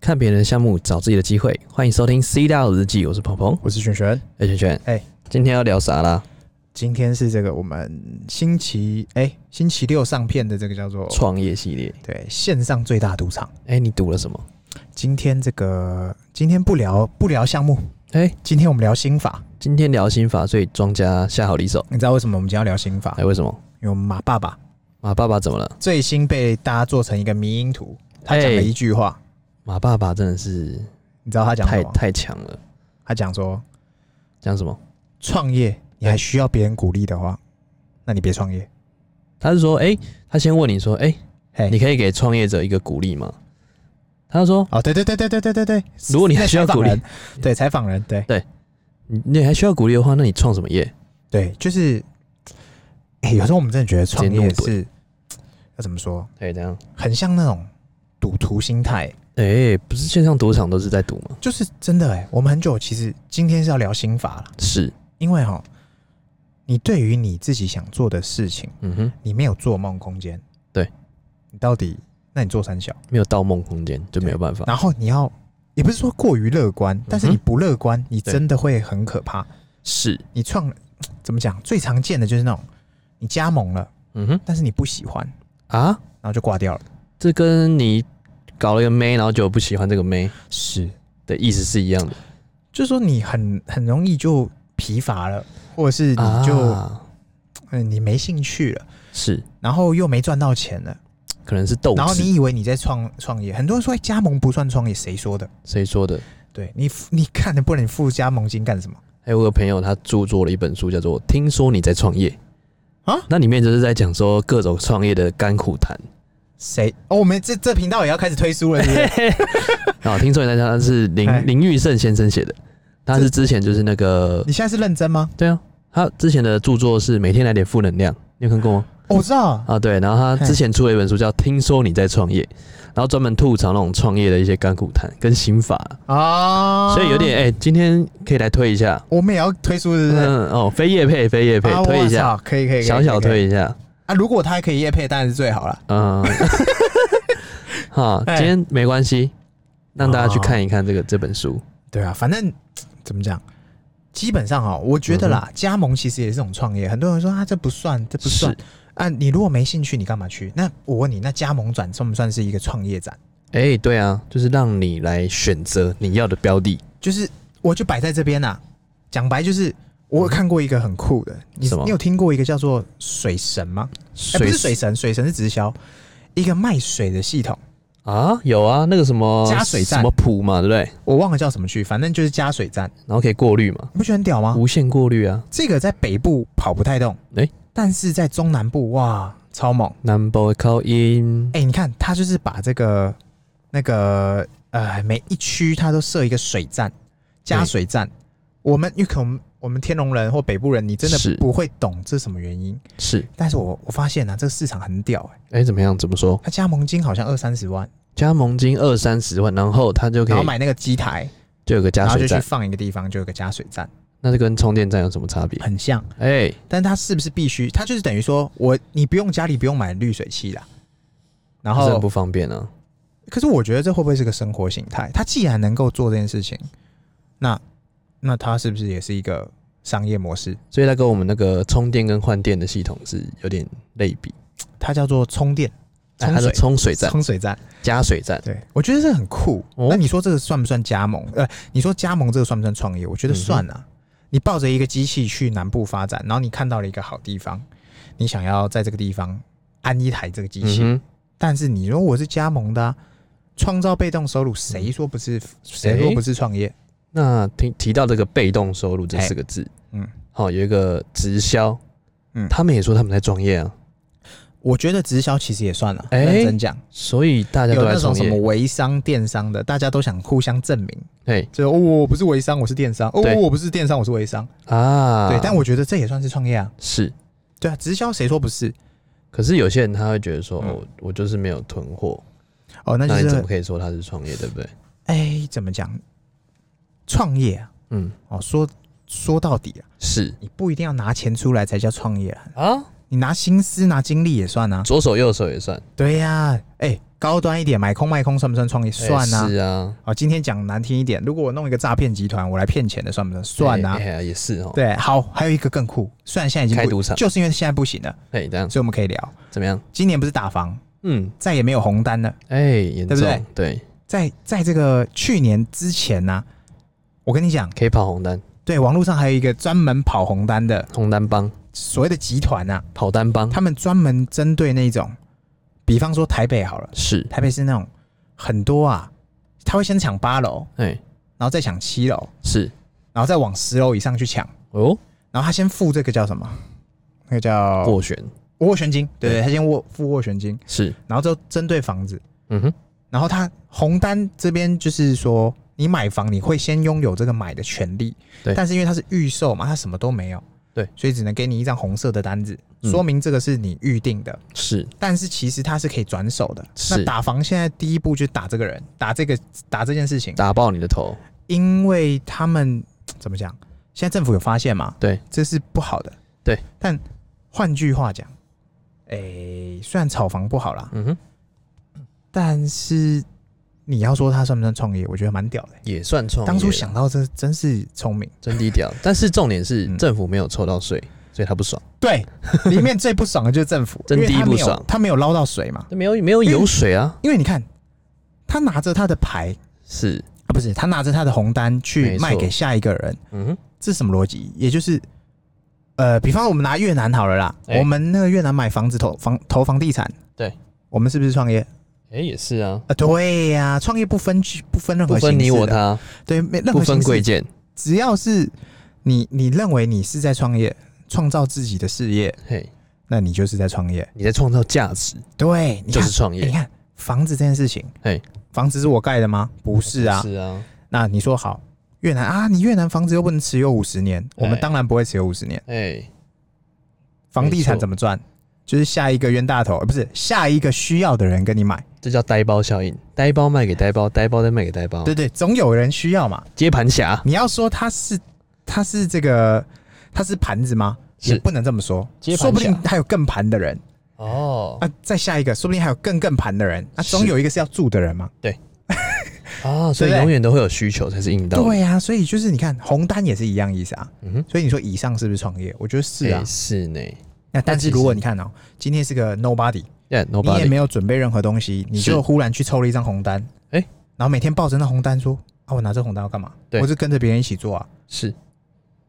看别人的项目，找自己的机会。欢迎收听《C 大日记》，我是鹏鹏，我是璇璇。哎，圈圈，哎，今天要聊啥啦？今天是这个我们星期哎、星期六上片的这个叫做创业系列。对线上最大赌场。哎，你赌了什么？今天这个今天不聊不聊项目，哎，今天我们聊心法。今天聊心法，所以庄家下好离手。你知道为什么我们今天要聊心法？哎，为什么？因为我们马爸爸马爸爸怎么了？最新被大家做成一个迷因图，哎他讲了一句话，马爸爸真的是你知道他讲什太么？太强了。他讲说讲什么？创业你还需要别人鼓励的话，那你别创业。他是说，哎，他先问你说，哎，嘿你可以给创业者一个鼓励吗？他说，哦，对对对对对对对对，如果你还那需要采访鼓励人，对采访人，对。你你还需要鼓励的话，那你创什么业？对，就是，哎、有时候我们真的觉得创直接业怒怼是要怎么说，哎，这样，很像那种赌徒心态，哎，不是线上赌场都是在赌吗？就是真的哎、我们很久其实今天是要聊心法了，是，因为哈，你对于你自己想做的事情，嗯哼，你没有做梦空间，对，你到底那你做三小，没有盗梦空间就没有办法。然后你要也不是说过于乐观，但是嗯哼你不乐观，你对真的会很可怕。是，你创怎么讲？最常见的就是那种你加盟了，嗯哼，但是你不喜欢，啊，然后就挂掉了。这跟你搞了一个妹，然后就不喜欢这个妹是，的意思是一样的，就是说你很很容易就疲乏了，或者是你就嗯、啊、你没兴趣了，是，然后又没赚到钱了，可哦能是斗然后志。你以为你在创创业，很多人说哎加盟不算创业，谁说的？谁说的？对你付你看的不然你付加盟金干什么？还哎有个朋友，他著作了一本书，叫做《听说你在创业》啊，那里面就是在讲说各种创业的甘苦 谈。谁？哦，我们这这频道也要开始推书了，是不 是？啊，听说你在创业是哎林林玉胜先生写的，他是之前就是那个你现在是认真吗？对啊，他之前的著作是《每天来点负能量》，你有看过吗？哦我知道，啊，对，然后他嘿之前出了一本书叫《听说你在创业》，然后专门吐槽那种创业的一些甘苦谈跟心法，啊，所以有点哎、今天可以来推一下，我们也要推书，是不是？嗯哦，非叶配，非叶配，啊嗯推一，下哇，操可以可以，可以小小可以可推以一下，啊！如果他还可以夜配，当然是最好了。嗯， 好，哎今天没关系，让大家去看一看这个这本书，对啊，反正怎么讲，基本上啊、我觉得嗯啦，加盟其实也是一种创业。很多人说啊，这不算，这不算是，啊。你如果没兴趣，你干嘛去？那我问你，那加盟展算不算是一个创业展？哎、对啊，就是让你来选择你要的标的，就是我就摆在这边啦、讲白就是，我有看过一个很酷的，你什么你有听过一个叫做水神吗？哎、不是水神，水神是直销，一个卖水的系统，啊，有啊，那个什么加水站什么谱嘛，对不对？我忘了叫什么去，反正就是加水站，然后可以过滤嘛，你不觉得很屌吗？无限过滤啊，这个在北部跑不太动，哎但是在中南部哇，超猛。 Number call in，哎、你看，他就是把这个那个呃，每一区他都设一个水站，加对水站。我们因为可能我们天龙人或北部人，你真的是不会懂这什么原因。是，但是我我发现啊，这个市场很屌哎、哎、怎么样？怎么说？他加盟金好像二三十万，加盟金二三十万，然后他就可然后以买那个机台，就有个加然后就水去站，放一个地方，就有个加水站，那这跟充电站有什么差别？很像。哎、但它是不是必须？它就是等于说我你不用家里不用买滤水器啦。然这很后不方便啊。可是我觉得这会不会是个生活形态？他既然能够做这件事情，那那他是不是也是一个商业模式？所以它跟我们那个充电跟换电的系统是有点类比，它叫做充电、哎冲它是水、冲水站、冲水站。加水站，对，我觉得这很酷。哦那你说这个算不算加盟？呃，你说加盟这个算不算创业？我觉得算嗯啊。你抱着一个机器去南部发展，然后你看到了一个好地方，你想要在这个地方安一台这个机器，嗯哼，但是你如果我是加盟的、啊，创造被动收入，嗯谁说不是？谁说不是创业？那提提到这个被动收入这四个字，嗯，好、有一个直销，嗯他们也说他们在创业啊，我觉得直销其实也算了，哎认真讲，所以大家有都在那种创什么业。微商、电商的，大家都想互相证明，哎就是哦，我不是微商，我是电商；哦对，我不是电商，我是微商。啊，对，但我觉得这也算是创业啊。是，对啊，直销谁说不是？可是有些人他会觉得说，嗯哦，我就是没有囤货，哦，那那就你怎么是可以说他是创业，对不对？哎，怎么讲？创业啊，嗯，哦，说说到底啊，是你不一定要拿钱出来才叫创业啊。啊，你拿心思、拿精力也算啊。左手右手也算，对呀、哎、高端一点，买空卖空算不算创业？算啊哎。是啊，哦，今天讲难听一点，如果我弄一个诈骗集团，我来骗钱的，算不算？算啊。哎哎也是哦。对，好，还有一个更酷，虽然现在已经不开赌场就是因为现在不行了，哎，这样所以我们可以聊。怎么样？今年不是打房，嗯，再也没有红单了。哎，严重，对不对，在在这个去年之前呢、我跟你讲，可以跑红单，对，网络上还有一个专门跑红单的红单帮，所谓的集团啊，跑单帮他们专门针对那种，比方说台北好了，是，台北是那种很多啊，他会先抢八楼，哎，然后再抢七楼，是，然后再往十楼以上去抢，哦，然后他先付这个叫什么？那个叫斡旋斡旋金，对对，对他先斡付斡旋金，是，然后之后针对房子，嗯哼，然后他红单这边就是说，你买房你会先拥有这个买的权利，对但是因为它是预售嘛，它什么都没有，对，所以只能给你一张红色的单子，嗯说明这个是你预定的，是但是其实它是可以转手的。是那打房现在第一步就打这个人，打这个打这件事情，打爆你的头，因为他们怎么讲？现在政府有发现嘛？对，这是不好的。对，但换句话讲，诶、虽然炒房不好啦，嗯哼，但是你要说他算不算创业，我觉得蛮屌的、欸也算创业了，当初想到这真是聪明。真低调，但是重点是嗯政府没有抽到税，所以他不爽，对， 里面最不爽的就是政府， 真因为他第一不没有爽他没有捞到水嘛。没有没有油水啊，因为你看，他拿着他的牌是，啊，不是他拿着他的红单去没错卖给下一个人，嗯哼，这是什么逻辑？也就是，呃，比方我们拿越南好了啦，哎我们那个越南买房子投房投房地产，对，我们是不是创业？啊、哎，也是啊，对呀、创业不分区不分任不何分形你式我的，他，对，没任不何分形式贵贱，只要是你你认为你是在创业，创造自己的事业，嘿，那你就是在创业。你在创造价值，对，你就看，是创哎你业，看房子这件事情，嘿，房子是我盖的吗？不是啊。是啊，那你说好，越南啊，你越南房子又不能持有五十年，我们哎当然不会持有五十年。哎，房地没产错怎么赚？就是下一个冤大头，呃不是下一个需要的人跟你买，这叫呆包效应，呆包卖给呆包，呆包再卖给呆包，对对，总有人需要嘛。接盘侠你要说他是他是这个他是盘子吗？是也不能这么说，接盘说不定侠还有更盘的人。哦啊，再下一个，说不定还有更更盘的人，啊，是总有一个是要住的人嘛。啊，所以对不对永远都会有需求才是硬道理，对啊，所以就是你看红单也是一样意思啊。嗯哼，所以你说以上是不是创业？我觉得是啊哎。是呢那但其是实如果你看哦，今天是个 nobody， ，Yeah 你也 nobody，没有准备任何东西，你是就忽然去抽了一张红单，哎然后每天抱着那红单说啊，我拿这红单要干嘛？对我是跟着别人一起做啊，是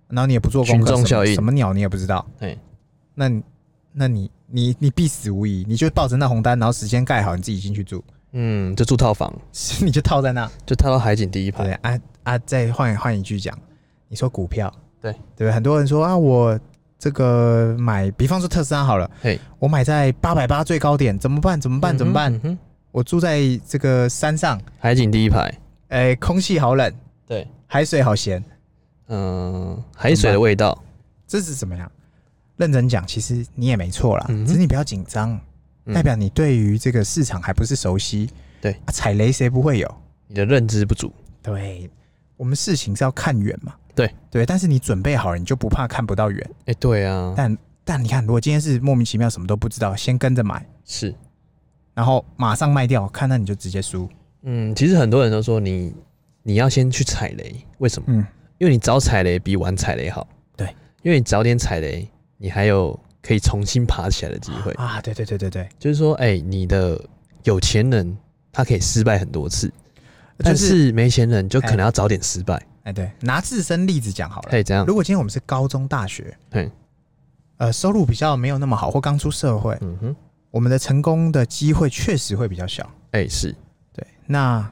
然后你也不做功群课，众什么效应什么鸟你也不知道，哎，那你那你你你必死无疑，你就抱着那红单，然后时间盖好，你自己进去住， 嗯，就住套房，你就套在那。就套到海景第一排对，啊啊，再换换一句讲，你说股票，对对不对？很多人说啊，我这个买，比方说特斯拉好了，嘿，我买在八百八最高点，怎么办？怎么办？怎么办？嗯哼？嗯我住在这个山上，哼海景第一排，哎、空气好冷，对，海水好咸，嗯，海水的味道，这是怎么样？认真讲，其实你也没错啦，嗯哼只是你不要紧张，嗯代表你对于这个市场还不是熟悉。对啊踩雷谁不会有？你的认知不足，嗯对，我们事情是要看远嘛。对对，但是你准备好了，你就不怕看不到远。哎，对啊，但但你看，如果今天是莫名其妙什么都不知道，先跟着买，是，然后马上卖掉，看那你就直接输。嗯，其实很多人都说你你要先去踩雷，为什么？嗯，因为你早踩雷比晚踩雷好，对，因为你早点踩雷，你还有可以重新爬起来的机会。 啊，对对对对对，就是说，哎、你的有钱人他可以失败很多次，但呃就是是没钱人就可能要早点失败，哎对，拿自身例子讲好了可。以这样如。果今天我们是高中、大学，对，呃，收入比较没有那么好，或刚出社会，嗯哼，我们的成功的机会确实会比较小。哎、是，对，那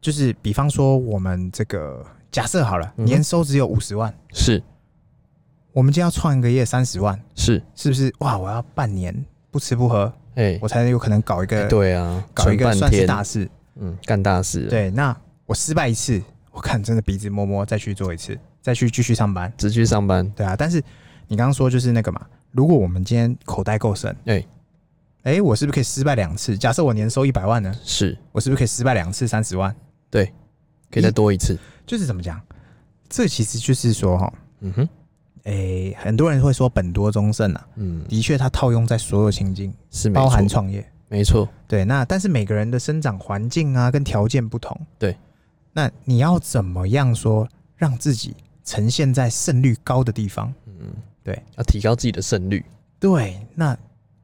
就是比方说我们这个假设好了，嗯哼年收只有五十万，是，我们今天要创一个业三十万，是，是不是？哇，我要半年不吃不喝，哎、我才有可能搞一个、对啊，搞存一个半算是天，大事。嗯，干大事，，对，那我失败一次，我看真的鼻子摸摸，再去做一次，再去继续上班。直去上班，对啊，但是你刚刚说就是那个嘛，如果我们今天口袋够深，哎哎、我是不是可以失败两次？假设我年收一百万呢，是，我是不是可以失败两次三十万？可以再多一次，就是怎么讲？这其实就是说哈，嗯哼，诶、很多人会说本多忠胜啊，嗯，的确它套用在所有情境，是没包含错，创业。没错，对，那但是每个人的生长环境啊跟条件不同，对，那你要怎么样说让自己呈现在胜率高的地方？嗯，对，要提高自己的胜率，对，那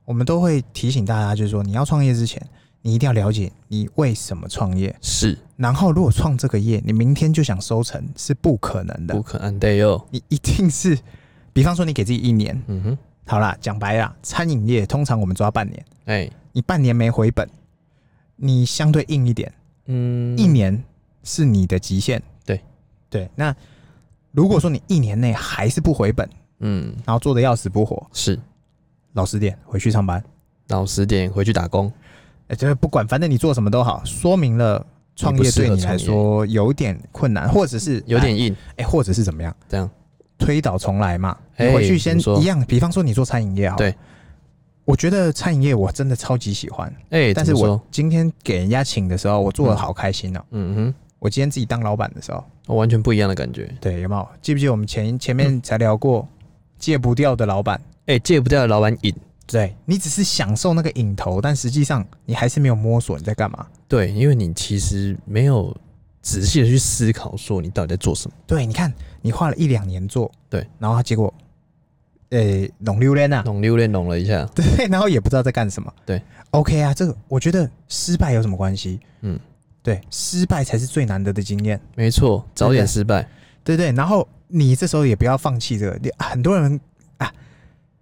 我们都会提醒大家，就是说你要创业之前，你一定要了解你为什么创业。是然后，如果创这个业，你明天就想收成是不可能的不，可按 day 哦，你一定是，比方说你给自己一年，嗯哼，好啦，讲白啦，餐饮业通常我们抓半年，哎、你半年没回本，你相对硬一点，嗯，一年是你的极限。对对，那如果说你一年内还是不回本，嗯然后做的要死不活，是老实点，回去上班。到十点回去打工，呃，就是不管，反正你做什么都好，说明了创你不业适合对你来说有点困难，或者是嗯有点硬，哎、或者是怎么样？这样推倒重来嘛，哎你回去先你说一样。比方说你做餐饮业哈，对，我觉得餐饮业我真的超级喜欢，哎、但是怎么我说今天给人家请的时候，我做的好开心哦、嗯哼，我今天自己当老板的时候，我完全不一样的感觉，对，有没有？记不记得我们前前面才聊过戒不掉的老板？哎、戒不掉的老板瘾，对你只是享受那个瘾头，但实际上你还是没有摸索你在干嘛。对，因为你其实没有仔细的去思考说你到底在做什么，对，你看你花了一两年做，对，然后他结果，呃、弄榴莲啊，弄溜练弄了一下，对，然后也不知道在干什么，对，OK 啊，这个我觉得失败有什么关系？嗯，对，失败才是最难得的经验，没错，早点对失败，对不对？然后你这时候也不要放弃这个，你很多人啊，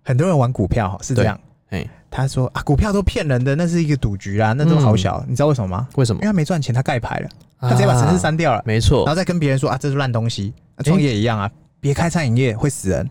很多人玩股票哈是这样，哎、他说啊，股票都骗人的，那是一个赌局啊，那都好小，你知道为什么吗？为什因么为？他没赚钱，他盖牌了， 他直接把城市嗯啊删掉了，没错然后，再跟别人说啊，这是烂东西。那创业一样嗯啊，别开餐饮业会死 人，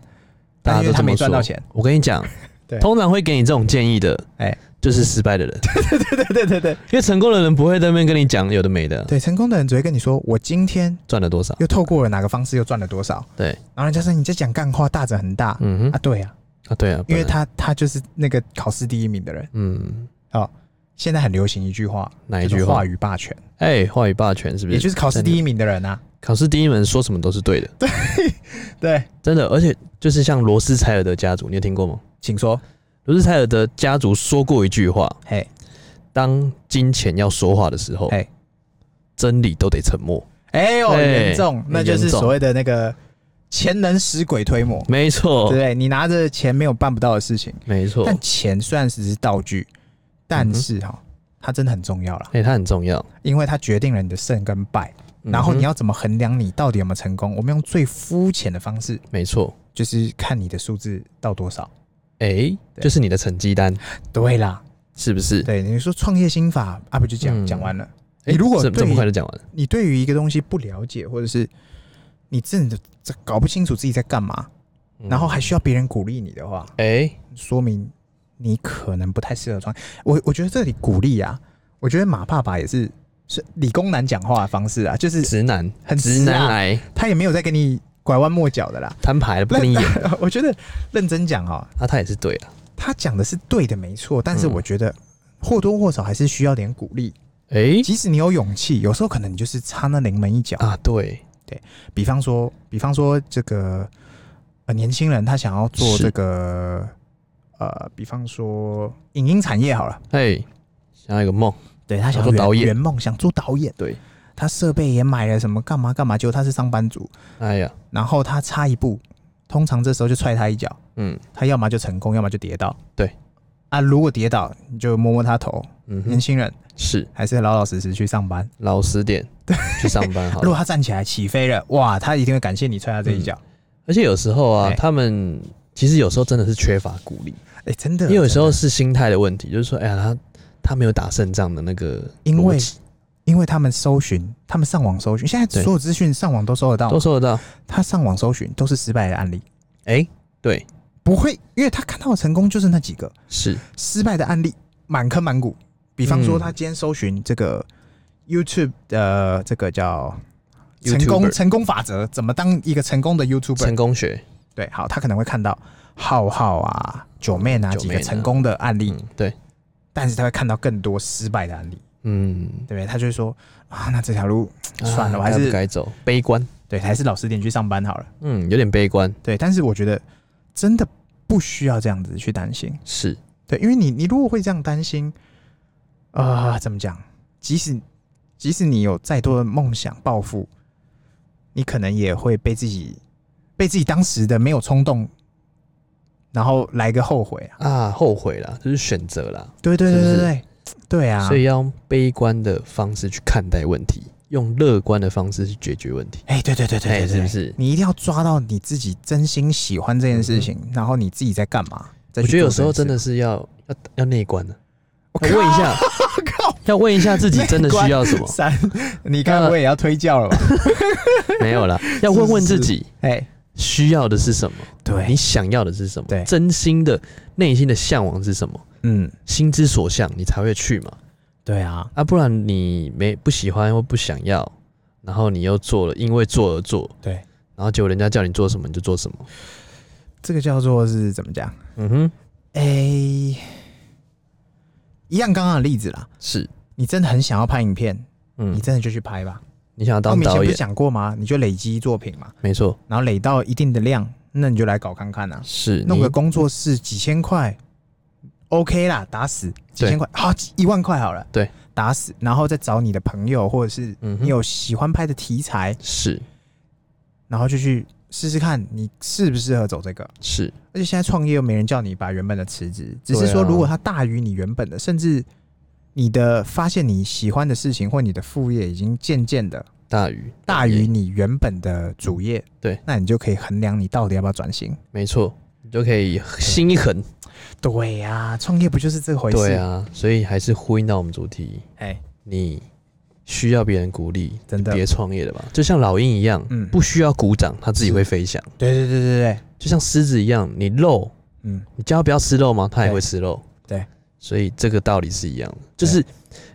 大家但都因为他这么没赚说到钱。。我跟你讲 对，通常会给你这种建议的，哎就是失败的人，对对对对因为成功的人不会在那边跟你讲有的没的，对，成功的人只会跟你说，我今天赚了多少。又透过了哪个方式又赚了多少，对，然后人家说你在讲干话，大者很大、嗯哼啊，，对啊，啊对啊，因为本来他他就是那个考试第一名的人。嗯现在很流行一句话，哪一句就是话话？语霸权，哎，话语霸权是不也是？就是考试第一名的人啊。考试第一门说什么都是对的，对，真的。而且就是像罗斯柴尔德家族，你有听过吗？请说。罗斯柴尔德家族说过一句话：嘿，当金钱要说话的时候哎，真理都得沉默。哎呦，哎严重，那就是严重哦所谓的那个钱能使鬼推磨，没对错不，对？你拿着钱没有办不到的事情。没错。但钱虽然只是道具，但是哈、它真的很重要啦，哎，它很重要。因为它决定了你的胜跟败。然后嗯哼你要怎么衡量你到底有没有成功？我们用最肤浅的方式，没错，就是看你的数字到多少。哎，对就是你的成绩单对啦，是不是？对你说创业心法啊，不就讲嗯讲完了？哎你如果这这对么于快就讲完了，你对于一个东西不了解，或者是你真的这搞不清楚自己在干嘛，嗯然后还需要别人鼓励你的话，哎，说明你可能不太适合创业。我我觉得这里鼓励啊，我觉得马爸爸也是是理工男讲话的方式啊，就是直男，很直直男啊癌他也没有在跟你拐弯抹角的啦。 摊牌了，不跟你演，我觉得认真讲哦，那他也是对啊。他讲的是对的没错，但是嗯我觉得或多或少还是需要点鼓励。哎即使你有勇气，有时候可能你就是差那临门一脚。啊，对，比方说，比方说这个呃年轻人他想要做是这个呃，比方说影音产业好了。哎，想要一个梦，对他想想做要圆导演圆梦，想做导演。对，他设备也买了，什么干嘛干嘛，结果他是上班族，哎呀，然后他差一步，通常这时候就踹他一脚，嗯他要么就成功，要么就跌倒。对，啊，如果跌倒，你就摸摸他头。嗯年哼，轻人是还是老老实实去上班。老实点，去上班好嗯如了。果 他站起来起飞了，哇，他一定会感谢你踹他这一脚。而且有时候啊，哎他们其实有时候真的是缺乏鼓励，哎、真的，因为有时候真的是心态的问题，就是说，哎呀，他他没有打胜仗的那个因为逻辑因为他们搜寻，他们上网搜寻，现在对所有资讯上网都搜得到都。收得到。他上网搜寻都是失败的案例，哎，对，不会，因为他看到的成功就是那几个。是失败的案例满坑满谷。比方说，嗯他今天搜寻这个 YouTube 的这个叫成 YouTuber 功成功法则，怎么当一个成功的成 YouTuber？功学，对，好，他可能会看到浩浩啊、九妹啊九妹几个呢成功的案例，嗯，对，但是他会看到更多失败的案例，嗯，对不对？他就会说啊，那这条路算了，啊我还该不是该走，悲观，对，还是老实点去上班好了。嗯，有点悲观，对，但是我觉得真的不需要这样子去担心。是对，因为你你如果会这样担心，啊、怎么讲？即使即使你有再多的梦想抱负，你可能也会被自己被自己当时的没有冲动，然后来个后悔啊！啊，后悔啦，这是选择啦，对对对是对不是对，对啊！所以要用悲观的方式去看待问题，用乐观的方式去解决问题。哎、对对对对哎对对，是不是你一定要抓到你自己真心喜欢这件事情，然后你自己在干嘛？再我去觉得有做时候这真件的事，是要要要内观的，啊我？要问一下，要问一下自己真的需要什么三， 你看我也要推教 了吧？没有啦，要问问自己哎、需要的是什么，对你想要的是什么，对真心的内心的向往是什么，嗯，心之所向，你才会去嘛。对啊，啊，不然你没不喜欢或不想要，然后你又做了，因为做而做，对，然后结果人家叫你做什么你就做什么。这个叫做是怎么讲？嗯哼，哎、一样刚刚的例子啦，是，你真的很想要拍影片，嗯你，真的就去拍吧。你想要我当们以前导不是演，讲过吗？你就累积作品嘛，没错，然后累到一定的量，那你就来搞看看啊。是弄你个工作室几千块，OK 啦，打死几对千块，好几一万块好了，对，打死，然后再找你的朋友或者是嗯哼你有喜欢拍的题材，是然后就去试试看你适不适合走这个。是而且现在创业又没人叫你把原本的辞职，只是对啊说如果它大于你原本的，甚至你的发现你喜欢的事情或你的副业已经渐渐的大于大于你原本的主业，对，那你就可以衡量你到底要不要转型。没错，你就可以心一横。对呀、创业不就是这回事？对，啊，所以还是呼应到我们主题，哎、你需要别人鼓励，真的别创业了吧？就像老鹰一样，嗯不需要鼓掌，它自己会飞翔；对对对对对，就像狮子一样，你肉，嗯，你叫它不要吃肉吗？它也对会吃肉。对，所以这个道理是一样的，就是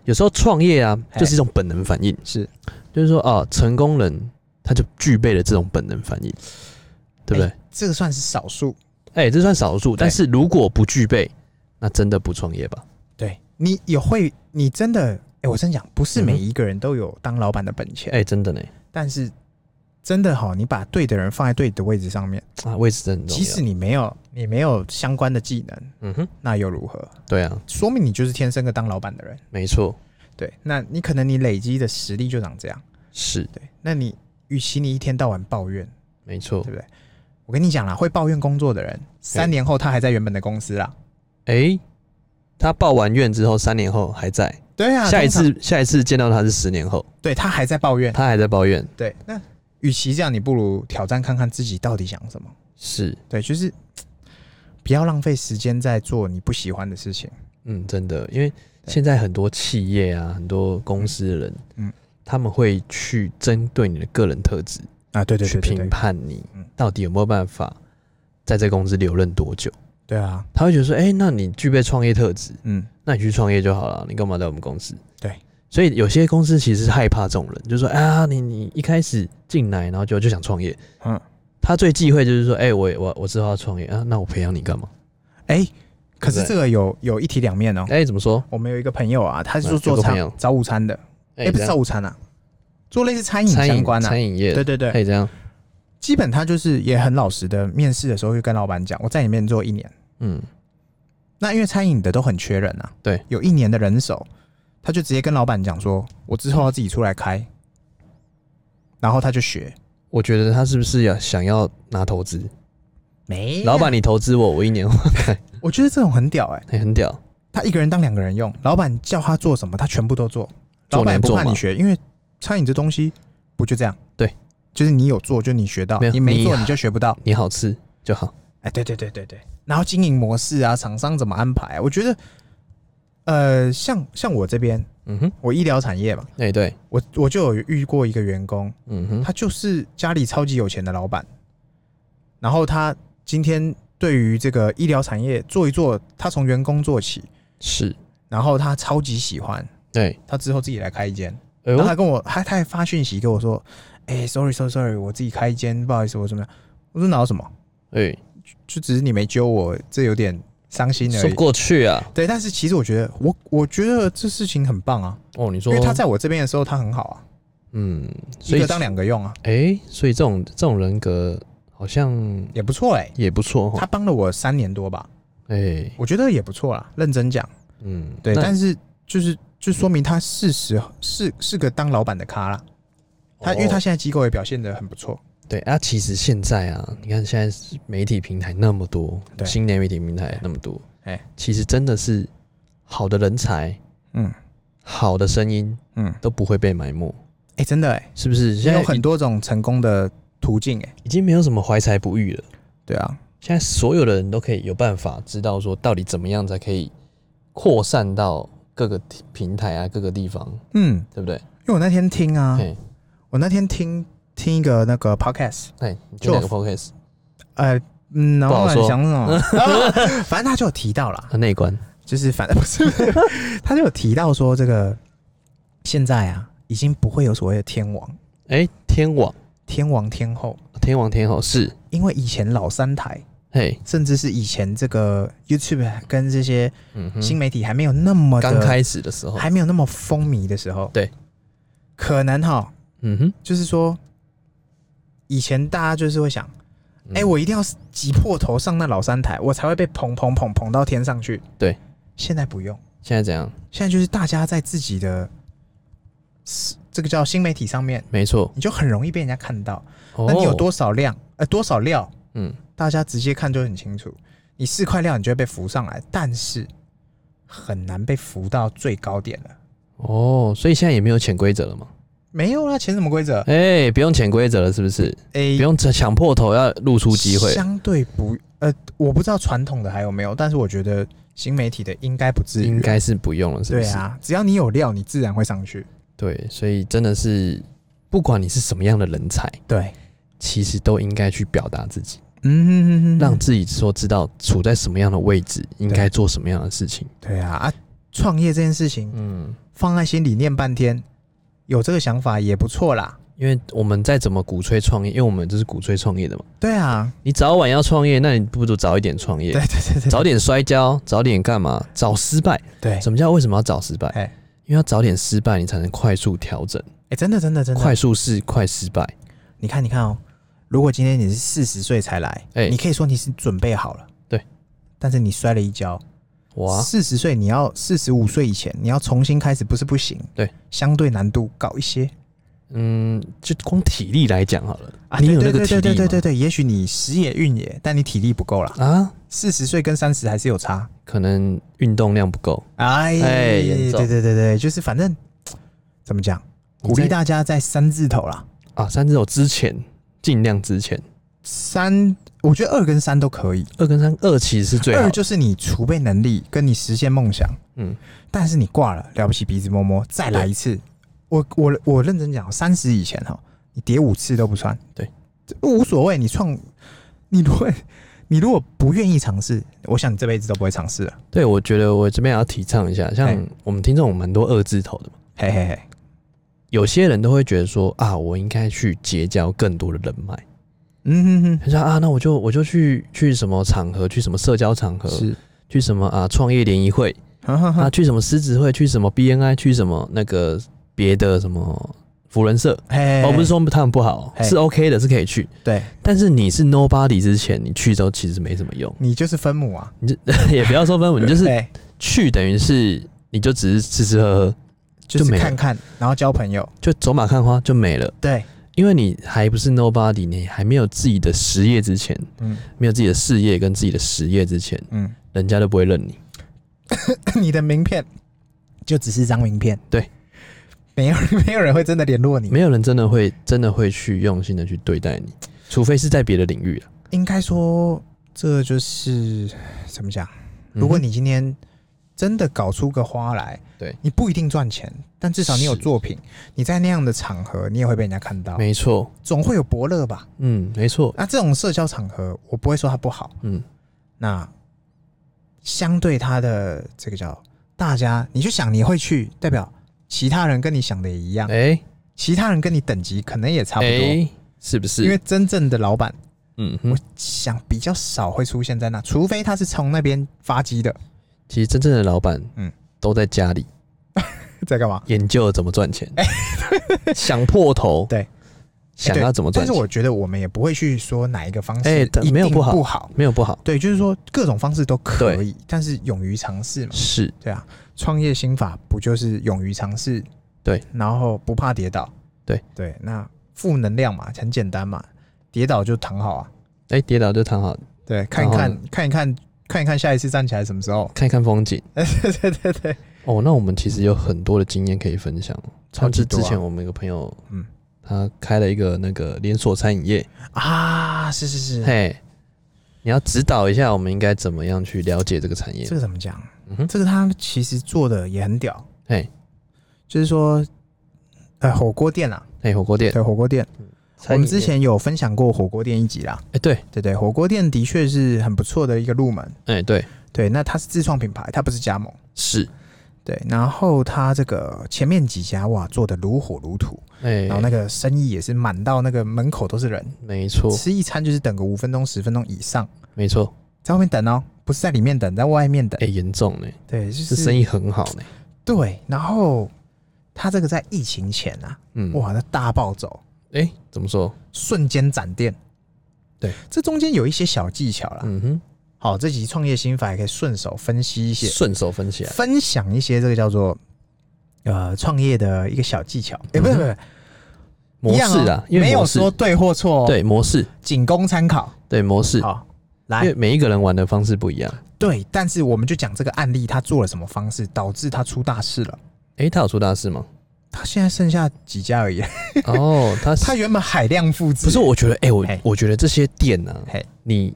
有时候创业啊，嘿就是一种本能反应，是就是说啊，成功人他就具备了这种本能反应，对不对？这个算是少数。哎、这算少数，对但是如果不具备，那真的不创业吧？对你也会，你真的，哎、我真讲，不是每一个人都有当老板的本钱，哎、真的呢，但是真的哈，你把对的人放在对的位置上面，啊，位置真的很重即要。使你没有你没有相关的技能，嗯哼，那又如何？对啊，说明你就是天生个当老板的人。没错，对，那你可能你累积的实力就长这样。是对，那你与其你一天到晚抱怨，没错对。不对？我跟你讲啦，会抱怨工作的人，三年后他还在原本的公司啦。哎、他报完怨之后，三年后还在，对啊，下一通常次下一次见到他是十年后，对他还在抱怨。他还在抱怨，对，那与其这样，你不如挑战看看自己到底想什么。是，对，就是不要浪费时间在做你不喜欢的事情。嗯，真的，因为现在很多企业啊，很多公司的人，嗯嗯，他们会去针对你的个人特质啊，对对去对对评对，判你嗯到底有没有办法在这公司留任多久。对啊，他会觉得说，哎、那你具备创业特质，嗯，那你去创业就好了，你干嘛在我们公司？对，所以有些公司其实是害怕这种人，就说啊，你你一开始进来，然后就就想创业，嗯嗯，他最忌讳就是说，哎、我我我知道要创业啊，那我培养你干嘛？哎、可是对这个有有一体两面哦、哎、怎么说？我们有一个朋友啊，他是嗯有做个餐朋友早午餐的，哎哎、不是早午餐啊，做类似餐饮餐相饮关啊。餐饮业，对对可对，以这样，基本他就是也很老实的，面试的时候就跟老板讲，我在里面做一年。嗯，那因为餐饮的都很缺人啊，对，有一年的人手，他就直接跟老板讲说，我之后要自己出来开，然后他就学，我觉得他是不是要想要拿投资？没老板，，你投资我，我一年后开，我觉得这种很屌哎、哎很屌，他一个人当两个人用，老板叫他做什么，他全部都做，做老板也能不做怕你吗学，因为餐饮这东西不就这样，对，就是你有做就你学到没，有你没你做你就学不到，你好吃就好，哎，对对对对对，然后经营模式啊，厂商怎么安排啊、我觉得，呃，像像我这边，嗯哼，我医疗产业嘛，哎、对，我我就有遇过一个员工，嗯哼，他就是家里超级有钱的老板，然后他今天对于这个医疗产业做一做，他从员工做起，是，然后他超级喜欢，对，他之后自己来开一间，哎然后他呦，跟我他他还发讯息跟我说，哎、s o r r y sorry sorry，我自己开一间，不好意思，我怎么样？我说哪有什么，哎，就只是你没揪我，这有点伤心而说已不。过去啊，对，但是其实我觉得，我我觉得这事情很棒啊，哦，你说因为他在我这边的时候他很好啊，嗯，所一以个当两个用啊，哎、所以这种这种人格好像也不错哎、也不错他哈。帮了我三年多吧，哎、我觉得也不错啦。认真讲，嗯，对，那但是就是就说明他事实是是个当老板的咖啦。他因为他哦现在机构也表现的很不错，对啊，其实现在啊，你看现在是媒体平台那么多，对新媒体平台那么多，哎、哎其实真的是好的人才，嗯好的声音嗯，都不会被埋没，哎、真的哎、是不是？现也在有很多种成功的途径哎、已经没有什么怀才不遇了。对啊，现在所有的人都可以有办法知道说，到底怎么样才可以扩散到各个平平台啊、各个地方，嗯，对不对？因为我那天听啊，嘿我那天听听一个那个 podcast，哎，你就哪就个 podcast 呃，嗯，然不好后说想 什么，反正他就有提到啦，很内观，就是反正不是， 他就有提到说这个现在啊，已经不会有所谓的天王、哎，天网、天王、天后，天王、天后是，因为以前老三台，嘿，甚至是以前这个 YouTube 跟这些嗯哼，新媒体还没有那么的刚开始的时候，还没有那么风靡的时候，对，可能哈，嗯哼，就是说以前大家就是会想，嗯哎、我一定要挤破头上那老三台，我才会被捧捧捧捧到天上去。对，现在不用，现在怎样？现在就是大家在自己的是这个叫新媒体上面，没错，你就很容易被人家看到。哦那你有多少量，呃，多少料，嗯，大家直接看就很清楚。你四块料，你就会被浮上来，但是很难被浮到最高点了。哦，所以现在也没有潜规则了嘛？没有啦，潜什么规则？哎、不用潜规则了，是不是？哎、不用强迫头要露出机会，相对不呃，我不知道传统的还有没有，但是我觉得新媒体的应该不至于啊，应该是不用了，是不对是？啊，只要你有料，你自然会上去。对，所以真的是，不管你是什么样的人才，对，其实都应该去表达自己，嗯，让自己说知道处在什么样的位置，应该做什么样的事情。对啊啊，创业这件事情嗯，放在心里念半天，有这个想法也不错啦。因为我们再怎么鼓吹创业，因为我们就是鼓吹创业的嘛。对啊，你早晚要创业，那你不如早一点创业对，对对对早点摔跤，早点干嘛？早失败。对，哎、什么叫为什么要早失败？哎因为要早点失败，你才能快速调整，真的真的真的，快速是快失败。你看你看哦，如果今天你是四十岁才来，哎你可以说你是准备好了，对，但是你摔了一跤，哇，四十岁你要四十五岁以前你要重新开始，不是不行，对，相对难度高一些嗯，就光体力来讲好了，啊你对有那对个对体对对力对吗对对，也许你时也运也，但你体力不够啦。啊，四十岁跟三十还是有差。可能运动量不够。哎哎严重对对对对，就是反正怎么讲，鼓励你在大家在三字头啦，啊，三只手之前尽量之前，三，我觉得二跟三都可以。二跟三二其实是最好二的。就是你储备能力跟你实现梦想，嗯，但是你挂了，了不起鼻子摸摸，再来一次。我我我认真讲，三十以前哈，你叠五次都不算，对，这无所谓。你创，你如果你如果不愿意尝试，我想你这辈子都不会尝试了。对，我觉得我这边也要提倡一下，像哎我们听众有蛮多二字头的嘛，嘿嘿嘿，有些人都会觉得说啊，我应该去结交更多的人脉。嗯哼他说啊，那我就我就去去什么场合，去什么社交场合哼，，是，去什么啊创业联谊会哈哈呃啊，哈，去什么狮子会，去什么 BNI，去什么那个别的什么福人社。嘿，哦，不是说他们不好，嘿是 OK 的，是可以去。对。但是你是 nobody 之前，你去之后其实没什么用 你就是分母啊，你就也不要说分母，你 就是哎去等于是你就只是吃吃喝喝，就就是没了看看，然后交朋友，就走马看花就没了。对，因为你还不是 nobody，你还没有自己的实业之前，嗯没有自己的事业跟自己的实业之前，嗯，人家都不会认你。 你的名片就只是张名片，对，没有没有人 会真的联络你，没有人真的会真的会去用心的去对待你，除非是在别的领域啊了。应该说这就是怎么讲？如果嗯哼你今天真的搞出个花来，对你不一定赚钱，但至少你有是作品，你在那样的场合，你也会被人家看到，没错，总会有伯乐吧？嗯，没错，那这种社交场合，我不会说它不好，嗯，那相对它的这个叫大家，你就想你会去，代表其他人跟你想的也一样，哎其他人跟你等级可能也差哎、不多，是不是？因为真正的老板，嗯我哼，想比较少会出现在那，除非他是从那边发迹的， 其实真正的老板，嗯嗯，都在家里，在干嘛？研究怎么赚钱， 想破头，哎对，想要怎么赚但是钱，我觉得我们也不会去说哪一个方式哎一定没有不好不好。没有不好，对，就是说各种方式都可以，但是勇于尝试嘛。是对啊，创业心法不就是勇于尝试？对，然后不怕跌倒。对对，那负能量嘛，很简单嘛，跌倒就躺好啊。哎、跌倒就躺好，对，看一然看，看一看，看一看，下一次站起来什么时候？ 看一看风景。对对对对，哦，那我们其实有很多的经验可以分享。超级像是多啊之前我们有个朋友，嗯嗯，他开了一个那个连锁餐饮业，啊，是是是，嘿，你要指导一下我们应该怎么样去了解这个产业这。个怎么讲？嗯哼，这个他其实做的也很屌，嘿，就是说，呃，火锅店啊，嘿，火锅店，对，火锅店，我餐饮们业之前有分享过火锅店一集啦。哎、对，对对，火锅店的确是很不错的一个入门。哎、对，对，那它是自创品牌，它不是加盟。是，对，然后它这个前面几家哇做的如火如荼，哎、然后那个生意也是满到那个门口都是人，没错，吃一餐就是等个五分钟十分钟以上，没错，在外面等哦，不是在里面等，在外面等。哎、严重呢，对，就是生意很好呢，对，然后它这个在疫情前啊，嗯，，哇，那大暴走，哎、怎么说？瞬间展店。对，这中间有一些小技巧啦。嗯哼，好，这集创业心法也可以顺手分析一些，顺手分起来，分享一些这个叫做呃创业的一个小技巧。哎、嗯不是不是，模一样式哦啊，因为没有模式说对或错、哦，，对模式，仅供参考。对模式，好，因来为，每一个人玩的方式不一样。对，但是我们就讲这个案例，他做了什么方式导致他出大事了。哎、他有出大事 吗？他现在剩下几 家而已，哦，他他原本海量复制，不是，我觉得，哎、我嘿我觉得这些店呢、啊嘿，你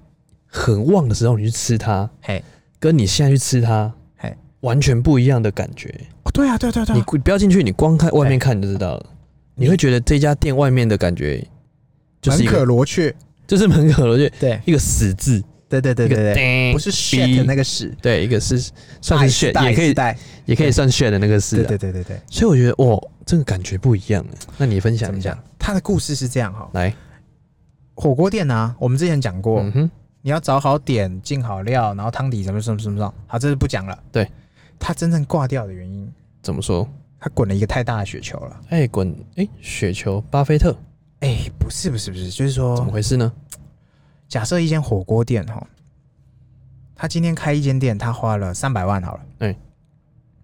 很旺的时候你去吃它，嘿，跟你现在去吃它，嘿完全不一样的感觉。哦对啊，对啊对啊对你啊，不要进去，你光看外面看你就知道了，你会觉得这家店外面的感觉就是门一可个，罗雀，就是门可罗雀，对一个死字，对对对一个对对，叮嗯不是 shit 那个屎，对，一个是算是 shit，也可以带，也可以算 shit 的那个对字、啊对，对对对，所以我觉得哇，这个感觉不一样啊。那你分怎享么一讲下，？他的故事是这样哈，来，火锅店呢，我们之前讲过，嗯哼，你要找好点，进好料，然后汤底什么什么什么什么，好，这是不讲了。对，他真正挂掉的原因，怎么说？他滚了一个太大的雪球了。哎、滚！哎、雪球，巴菲特，哎、不是不是不是，就是怎么说，回事呢？假设一间火锅店哈，他今天开一间店，他花了三百万好了，哎，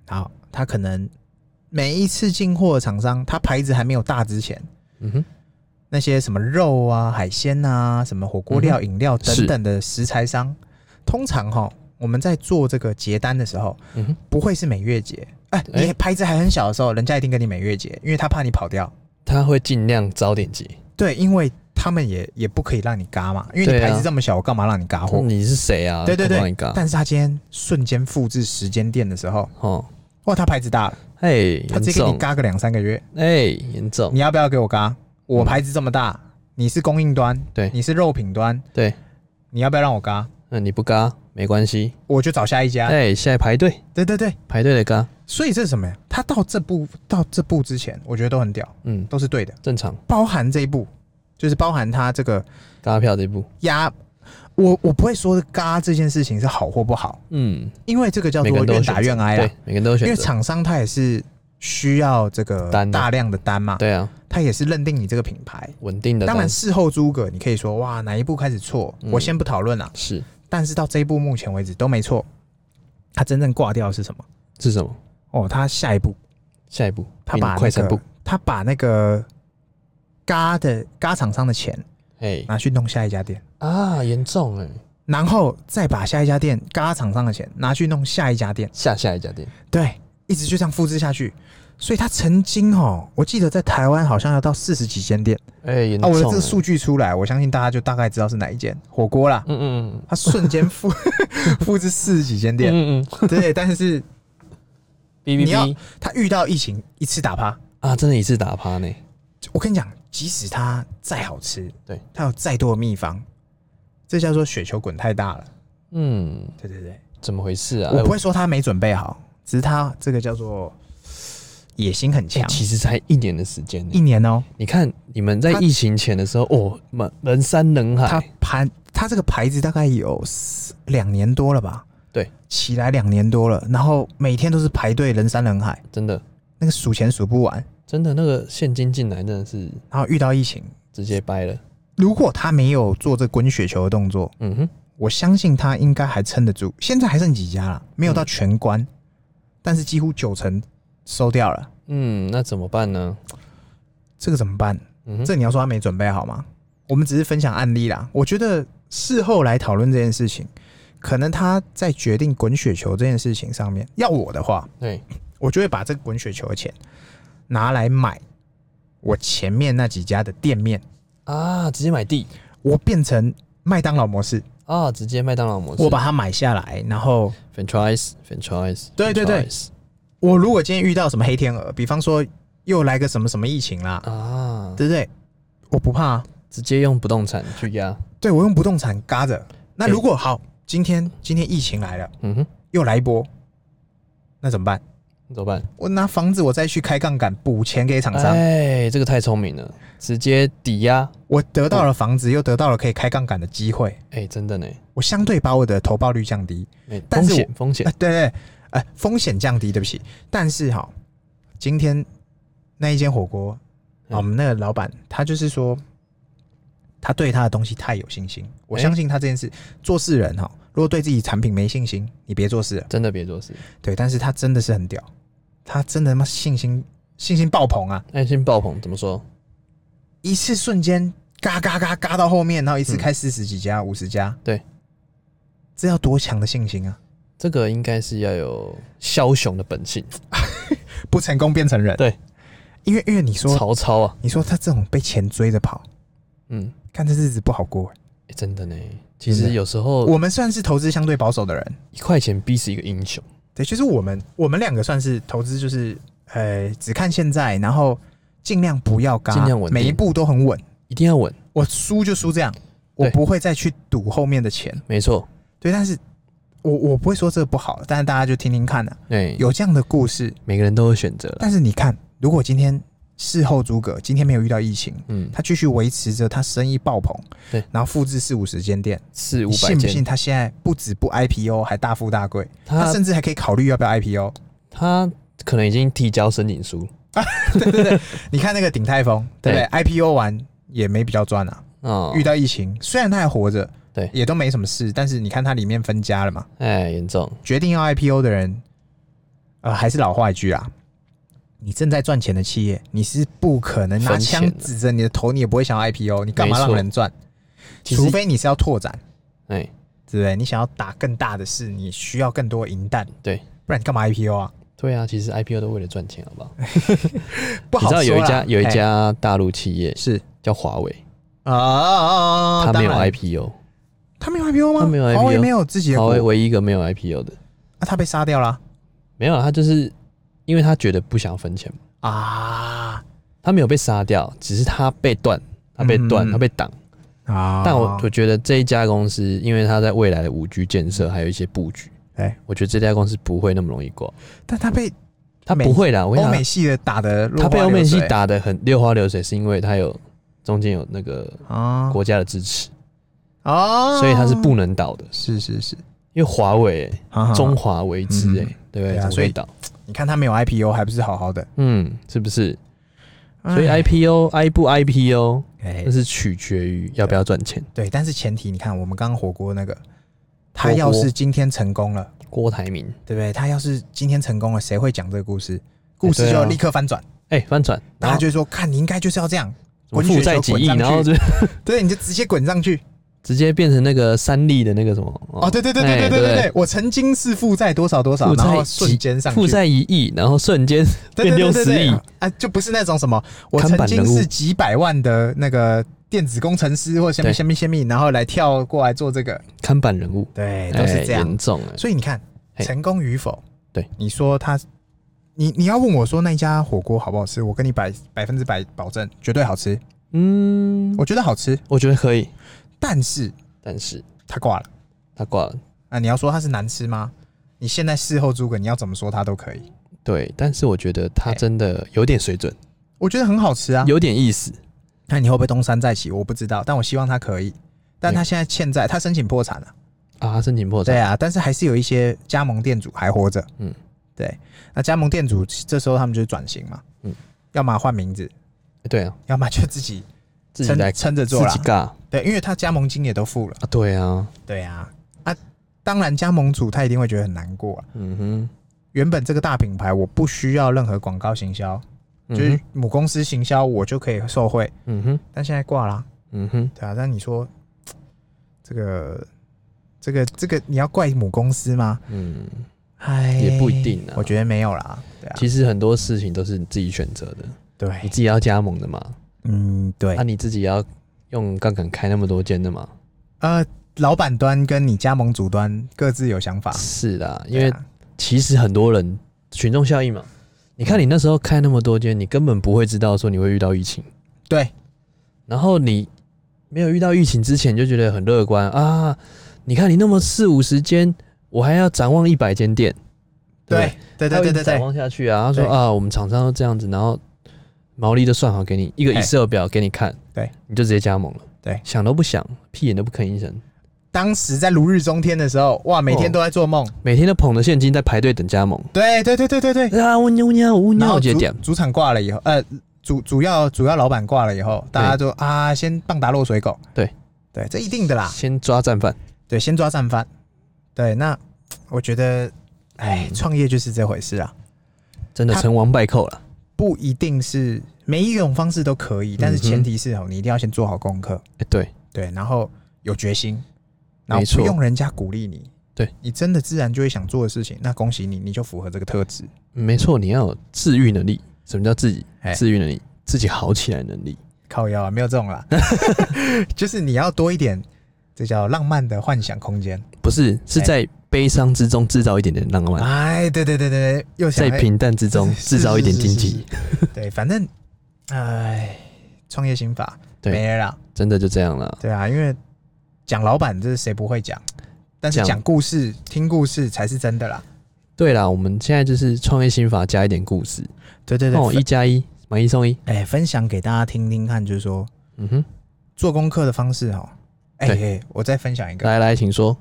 好，他可能每一次进货的厂商，他牌子还没有大之前，嗯哼，那些什么肉啊、海鲜啊、什么火锅嗯料、饮料等是等的食材商，通常哈，我们在做这个结单的时候，嗯哼，不会是每月结。哎、哎你牌子还很小的时候，人家一定跟你每月结，因为他怕你跑掉。他会尽量早点结。对，因为他们也也不可以让你嘎嘛，因为你对啊牌子这么小，我干嘛让你嘎货？你是谁啊？对对干嘛对你。嘎但是他今天瞬间复制时间店的时候，哦，哇，他牌子大了，哎，他严直接给你重，嘎个两三个月。哎，严重你，要不要给我嘎？我牌子这么大，你是供应端，对你是肉品端，对，你要不要让我嘎？那你不嘎没关系，我就找下一家。哎，现在排队，对对对，排队的嘎，所以这是什么呀？他到这步到这步之前，我觉得都很屌，嗯，都是对的，正常，包含这一步，就是包含他这个嘎票这一步，压。我我不会说嘎这件事情是好或不好，嗯，因为这个叫每个做人都有愿选打择愿挨对啦。，每个人都有因为选择，厂商他也是需要这个单啊大量的单嘛，对啊，他也是认定你这个品牌。稳定的当单，然事后诸葛，你可以说哇哪一步开始错，嗯我先不讨论啦。是但是到这一步目前为止都没错，他真正挂掉的是什么？是什么？哦，他下一步下一步，他把、那个、快闪步，他把那个嘎的嘎厂商的钱哎拿去弄下一家店，啊，严重欸哎，然后再把下一家店嘎厂商的钱拿去弄下一家店，下下一家店，对，一直就这样复制下去。所以他曾经哦，我记得在台湾好像要到四十几间店哎，严啊，重我欸，的这个数据出来，我相信大家就大概知道是哪一间火锅啦。嗯，嗯嗯他瞬间复 复制四十几间嗯店，嗯嗯对，但是，B 你 B 要 B 他遇到疫情一次打趴，啊，真的一次打趴呢，我跟你讲，即使它再好吃，对，它有再多的秘方，这叫做雪球滚太大了。嗯，对对对，怎么回事啊？哎我不会说它没准备好，只是它这个叫做野心很哎强。其实才一年的时间呢、一年哦、你看你们在他疫情前的时候，哦，满人山人它海，盘它这个牌子大概有四两年多了吧？对，起来两年多了，然后每天都是排队，人山人海。真的那个数钱数不完，真的那个现金进来真的是然后遇到疫情，直接掰了。如果他没有做这滚雪球的动作，嗯哼，我相信他应该还撑得住。现在还剩几家了，没有到嗯全关，但是几乎九成收掉了。嗯，那怎么办呢？这个怎么办？嗯哼，这你要说他没准备好吗？我们只是分享案例啦。我觉得事后来讨论这件事情，可能他在决定滚雪球这件事情上面，要我的话，对，我就会把这个滚雪球的钱拿来买我前面那几家的店面，啊，直接买地我变成麦当劳模式，啊，直接麦当劳模式。我把它买下来，然后 franchise franchise，对对对 franchise 我如果今天遇到什么黑天鹅，比方说又来个什么什么疫情啦，啊，对不对？我不怕、啊，直接用不动产去压。对我用不动产嘎着。那对如果好，今天今天疫情来了，嗯哼，又来一波，那怎么办？怎么办？我拿房子，我再去开杠杆补钱给厂商，哎，这个太聪明了，直接抵押。我得到了房子，又得到了可以开杠杆的机会，哎，真的呢，我相对把我的投报率降低。哎但风是我险风哎、险，对对，哎、风险降低，对不起。但是哈，今天那一间火锅，啊嗯我们那个老板他就是说，他对他的东西太有信心，我哎相信他这件事。做事人哈，如果对自己产品没信心，你别做事了。真的别做事，对，但是他真的是很屌，他真的他妈信心信心爆棚啊！爱哎心爆棚怎么说？一次瞬间嘎嘎嘎嘎到后面，然后一次嗯开四十几家、五十、家，对，这要多强的信心啊！这个应该是要有枭雄的本性，不成功变成人，对，因为因为你说曹操啊，你说他这种被钱追着跑，嗯，看这日子不好过欸。哎真的呢。其真实的有时候我们算是投资相对保守的人，一块钱逼死一个英雄，对，就是我们我们两个算是投资，就是呃，只看现在，然后尽量不要嘎，尽量稳定每一步都很稳。一定要稳，我输就输这样，我对不会再去赌后面的钱。没错，对，但是我我不会说这个不好，但是大家就听听看啊，哎，有这样的故事。每个人都有选择了，但是你看，如果今天事后诸葛，今天没有遇到疫情，嗯，他继续维持着他生意爆棚，对，然后复制四五十间店，四五你百信不信件，他现在不止不 IPO，还大富大贵？他他甚至还可以考虑要不要 IPO。他可能已经提交申请书你看那个鼎泰丰，对不对？IPO 完也没比较赚啊，啊，遇到疫情，虽然他还活着，对也都没什么事，但是你看他里面分家了嘛，哎，严重，决定要 IPO 的人，呃，还是老话一句啊。你正在赚钱的企业，你是不可能拿分钱的枪指着你的头，你也不会想要 IPO，你干嘛没错让人赚？其实除非你是要拓展，哎，对不对？你想要打更大的事，你需要更多银弹，对不然你干嘛 IPO 啊？对啊，其实 IPO 都为了赚钱，好不好？不你哎好知道说啦有一家有一哎家大陆企业是叫华为，啊啊啊啊！它没有当然 IPO，他没有 IPO 吗？它没有 IPO 华为没有自己的华股，为唯一一个没有 IPO 的，啊，他被杀掉了没有啊，他就是因为他觉得不想分钱嘛，啊他没有被杀掉，只是他被断，他被断，嗯他被挡。啊！但我我觉得这一家公司，因为它在未来的五 G 建设还有一些布局，哎，我觉得这家公司不会那么容易挂，但他被它美不会啦，我跟欧你美讲，系的打的，它被欧美系打的很六花流水，是因为它有中间有那个啊国家的支持，啊，所以它是不能倒的，是是是因为华为、欸中中，华为之哎、嗯对不对对？啊怎么所以会倒？啊你看他没有 IPO，还不是好好的？嗯，是不是？所以哎 IPO、I 不 IPO，哎那是取决于要不要赚钱。对，但是前提你看，我们刚刚火锅那个，他火锅要是今天成功了，郭台铭，对不对？他要是今天成功了，谁会讲这个故事？故事就对啊立刻翻转，哎、翻船，然大家后就会说：看你应该就是要这样，什么滚雪负球债几滚亿，上去然后就 对，你就直接滚上去。直接变成那个三立的那个什么哦，对对对对对对对对，我曾经是负债多少多少，哎负然后债瞬间上去负债一亿，然后瞬间 对变对六对对十对亿，啊，就不是那种什么我看曾板经人物是几百万的那个电子工程师或什么对什么什么，然后来跳过来做这个，看板人物，对，都是这哎样严。重哎、所以你看嘿成功与否，对，你说他，你你要问我说那一家火锅好不好吃，我跟你百百分之百保证，绝对好吃，嗯，我觉得好吃，我觉得可以，但是但是他挂了他挂了，啊，你要说它是难吃吗？你现在事后诸葛，你要怎么说它都可以。对，但是我觉得他哎真的有点水准，我觉得很好吃啊。有点意思，那你会不会东山再起？我不知道，但我希望他可以。但他现在欠债，他申请破产了、啊，他申请破对产，啊，但是还是有一些加盟店主还活着。嗯嗯，对对，那加盟店主这时候他们就是转型嘛，嗯嗯，要么换名字，欸对啊，要么就自己自己撑来撑着自做啦己。尬啊，对，因为他加盟金也都付了。对啊，对啊，啊，当然加盟主他一定会觉得很难过啊。嗯哼，原本这个大品牌我不需要任何广告行销，嗯哼就是母公司行销我就可以受贿，嗯哼，但现在挂啦、嗯哼，对啊。但你说嘖这个这个这个你要怪母公司吗？嗯，哎，也不一定啊我觉得没有啦，对啊，其实很多事情都是你自己选择的，你对，自己要加盟的嘛，嗯，对啊，，你自己要用杠杆开那么多间的嘛，呃，老板端跟你加盟主端各自有想法，是啦，因啊对为啊其实很多人群众效应嘛，你嗯看你那时候开那么多间，你根本不会知道说你会遇到疫情，对然后你没有遇到疫情之前就觉得很乐观啊，你看你那么四五十间，我还要展望一百间店，不对对他对会对一直对展对，望下去啊。他说对啊，我们厂商都这样子，然后毛利都算好给你一个嘿 Excel 表给你看，哎对，你就直接加盟了，对想都不想，屁眼都不吭一声，当时在如日中天的时候，哇，每天都在做梦，每天都捧着现金在排队等加盟。对对对对对对，啊，我尿我尿我然尿后节主点，主场挂了以后，呃，主主要主要老板挂了以后，大家就啊，先棒打落水狗，对对，这一定的啦，先抓战犯，对，先抓战犯，对，那我觉得，哎，嗯创业就是这回事啊，真的他成王败寇了。不一定是每一种方式都可以，但是嗯哼前提是哦，你一定要先做好功课，哎，对，对，然后有决心，然后没错不用人家鼓励你，对你真的自然就会想做的事情，那恭喜你，你就符合这个特质。没错，你要有自愈能力。什么叫自己哎自愈能力？自己好起来能力。靠腰啊，没有这 种啦，就是你要多一点，这叫浪漫的幻想空间。不是，是哎在悲伤之中制造一点点浪漫，哎，对对对对对，又想在平淡之 中制造一点惊。哎喜，是是是是是 对，反正哎，创业心法对没了啦。真的就这样了。对啊，因为讲老板这是谁不会讲，但是讲讲故事、听故事才是真的啦。对啦，我们现在就是创业心法加一点故事，对对对，哦，一分加一买一送一。哎，分享给大家听听看，就是说嗯哼，做功课的方式哦。哎、对哎我再分享一个， 来来，请说。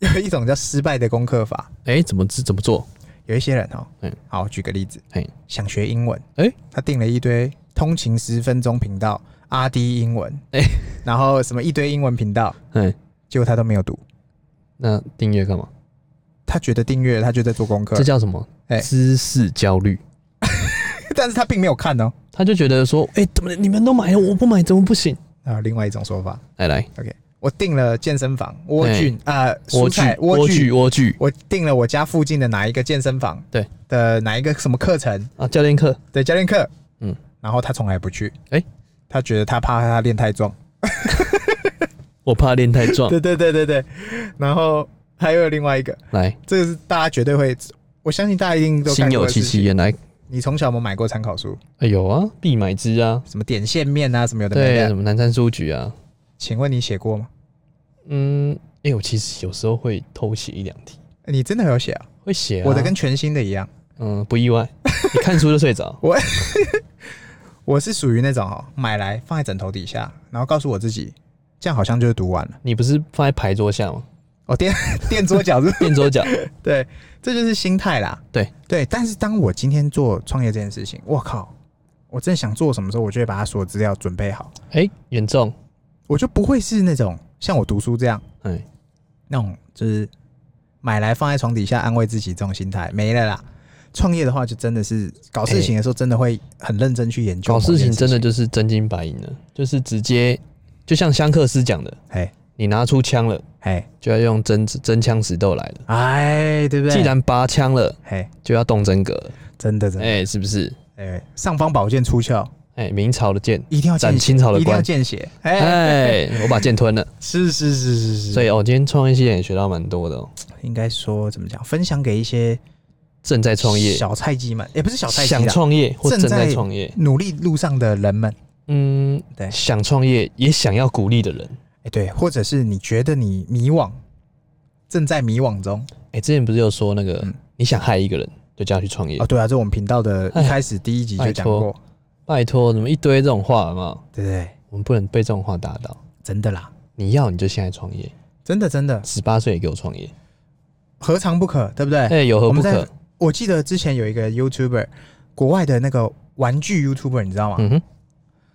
有一种叫失败的功课法。哎、怎么怎么做？有一些人哦，嗯嗯，好，举个例子，嘿想学英文，哎他订了一堆通勤十分钟频道，阿 D 英文，哎然后什么一堆英文频道，哎，结果他都没有读，那订阅干嘛？他觉得订阅他就在做功课这，叫什么？哎知识焦虑。 但是他并没有看哦。他就觉得说，哎、怎么你们都买了，我不买怎么不行？啊，另外一种说法来来， ，OK，我订了健身房，莴苣啊，蔬莴菜苣，莴苣，，莴苣我订了我家附近的哪一个健身房，对的哪一个什么课程啊，教练课。的教练课，嗯嗯，然后他从来不去，哎他觉得他怕他练太壮。我怕练太壮， 对对对对对，然后还有另外一个，来，这个是大家绝对会，我相信大家一定都心看过有的事戚戚情。焉。来，你从小有没有买过参考书？哎有啊，必买之啊，什么点线面啊，什么有的没对，什的？么南山书局啊，请问你写过吗？嗯，哎、我其实有时候会偷写一两题，你真的有写啊？会写、啊。我的跟全新的一样，嗯不意外，你看书就睡着。我是属于那种哦，买来放在枕头底下，然后告诉我自己，这样好像就是读完了。你不是放在牌桌下吗？ 哦， 垫垫桌脚是，垫桌角，对，这就是心态啦。对对，但是当我今天做创业这件事情，我靠，我真的想做什么时候，我就会把它所有资料准备好。哎、严重，我就不会是那种像我读书这样哎、那种，就是买来放在床底下安慰自己这种心态没了啦。创业的话，就真的是搞事情的时候，真的会很认真去研究搞某件事事情真的就是真金白银了，就是直接，就像香克斯讲的，哎你拿出枪了，哎就要用真真枪实斗来了。哎，对不对？既然拔枪了，哎，就要动真格了，真的真的哎、是不是？哎，上方宝剑出鞘，哎、明朝的剑，一定要见斩血清朝的一定要官，见血。哎，哎、我把剑 吞了。是是是是是，所以哦，今天创业系列也学到蛮多的哦。应该说怎么讲，分享给一些正在创业，小菜鸡们，也不是小菜鸡想啦，创业或正正在在创业，努力路上的人们。嗯，对想创业也想要鼓励的人。哎、对，或者是你觉得你迷惘，正在迷惘中哎、之前不是有说那个、嗯你想害一个人，就叫他去创业。哦，对啊，这我们频道的哎一开始第一集就拜讲过，拜托，怎么一堆这种话有没有？对不对？我们不能被这种话打倒。真的啦，你要你就现在创业，真的真的，十八岁也给我创业，何尝不可，对不对？哎、有何我不们可在？我记得之前有一个 YouTuber，国外的那个玩具 YouTuber，你知道吗？嗯哼，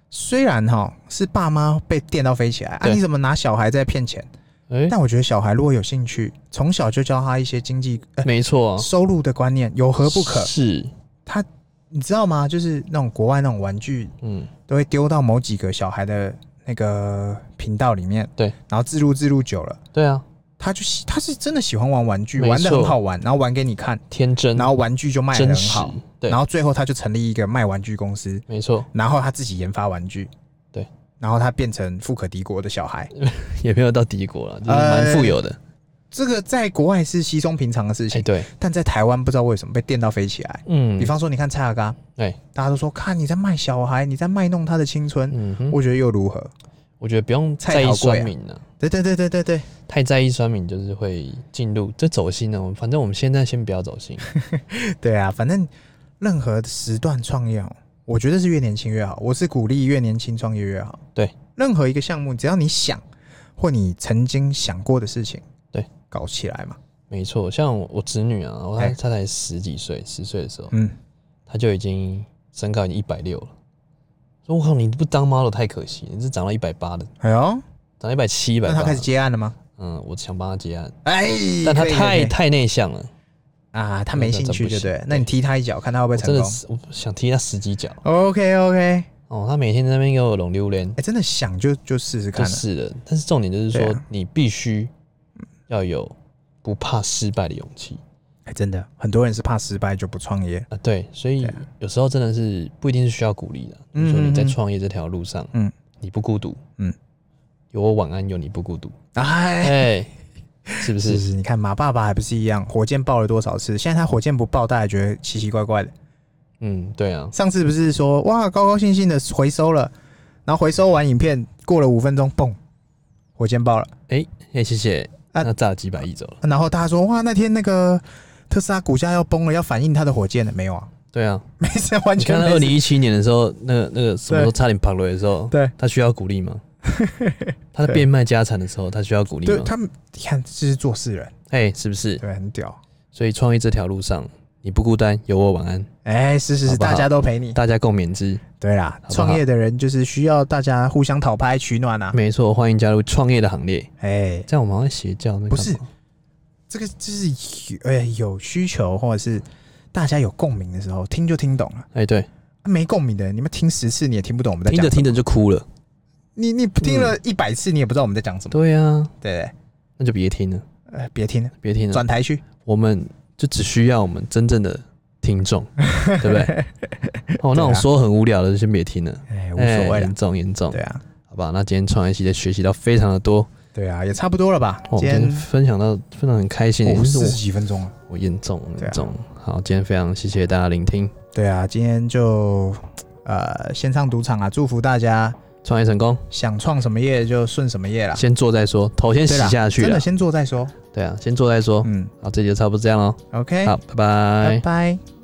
虽然哈是爸妈被电到飞起来，啊，对你怎么拿小孩在骗钱？哎、但我觉得小孩如果有兴趣，从小就教他一些经济、呃、没错，啊收入的观念，有何不可？是，你知道吗？就是那种国外那种玩具嗯，都会丢到某几个小孩的那个频道里面，对，然后自录自录久了，对啊，他就喜他是真的喜欢玩玩具，没错玩的很好玩，然后玩给你看，天真，然后玩具就卖的真很实好，，对，然后最后他就成立一个卖玩具公司，没错，然后他自己研发玩具，对，然后他变成富可敌国的小孩，也没有到敌国了，就是呃蛮富有的。这个在国外是稀松平常的事哎、情，对，但在台湾不知道为什么被电到飞起来。嗯，比，方说，你看蔡阿嘎，对，大家都说看你在卖小孩，你在卖弄他的青春，嗯哼，我我觉得又如何？我觉得不用在意酸民了、对对对对对对，太在意酸民就是会进入这走心啊呢、我们反正我们现在先不要走心，对啊，反正任何时段创业哦，我觉得是越年轻越好。我是鼓励越年轻创业越好。对，任何一个项目，只要你想或你曾经想过的事情，对，搞起来嘛。没错。像我我侄女啊，我她哎她才十几岁，十岁的时候，嗯，她就已经身高已经一百六了。说我靠，你不当 model 太可惜，你是长到一百八的，哎呦，长到一百七、一百那八他。开始接案了吗？嗯，我想帮她接案，哎，但她可以可太以可以太内向了，啊，他没兴趣，对那不这不对行？那你踢他一脚，看他会不我会真成的功是我想踢她十几脚。 ？OK OK，哦，她每天在那边给我拢榴莲哎，，真的想就就试就试看啊了。是的，但是重点就是对说啊，你必须要有不怕失败的勇气哎，真的，很多人是怕失败就不创业。啊。对，所以对啊有时候真的是不一定是需要鼓励的。比如说你在创业这条路上，嗯嗯，你不孤独，嗯嗯，有我晚安，有你不孤独，哎，哎，是不 是是？是，你看马爸爸还不是一样，火箭爆了多少次？现在他火箭不爆，大家觉得奇奇怪怪的。嗯，对啊，上次不是说哇，高高兴兴的回收了，然后回收完影片过了五分钟，嘣，火箭爆了。哎，谢谢。啊那炸了几百亿走了，然后大家说哇，那天那个特斯拉股价要崩了，要反映它的火箭了没有啊？对啊。没事，完你全看没他事。二零一七年的时候，那个那个什么对时候差点跑了的时候，对他需要鼓励 吗？他在变卖家产的时候，他需要鼓励对吗？他们，你看这是做事人，哎，是不是？对，很屌。所以创业这条路上，你不孤单，有我晚安，哎，是是好是，不好大家都陪你。大家共勉之。对啦，好创业的人就是需要大家互相讨拍取暖啊。没错，欢迎加入创业的行列。哎，这样我们好像邪教那不是干嘛这个就是有呃有需求或者是大家有共鸣的时候听就听懂了，哎、对，啊没共鸣的人你们听十次你也听不懂我们在听讲着什么，听着就嗯哭了。你你听了一百次你也不知道我们在讲什么，对啊，对对那就别听了，对呃别听了，别听了转。台去，我们就只需要我们真正的听 众，对不对？哦，那种啊说很无聊的就先别听了，哎无所哎谓了严，重严重对，啊好吧？那今天创业系列学习到非常的多，对啊也差不多了吧，哦、我今们今天天分享到非常很开心，五我四十几分钟了，我严重对严啊重。好，今天非常谢谢大家聆听，对啊今天就呃先上赌场啊，祝福大家创业成功。想创什么业就顺什么业啦，先做再说，头先洗啊对啦下去啊真了的。先做再说，对啊，先做再说。嗯哎好，这集就差不多这样喽。 ，OK，好，拜拜拜拜。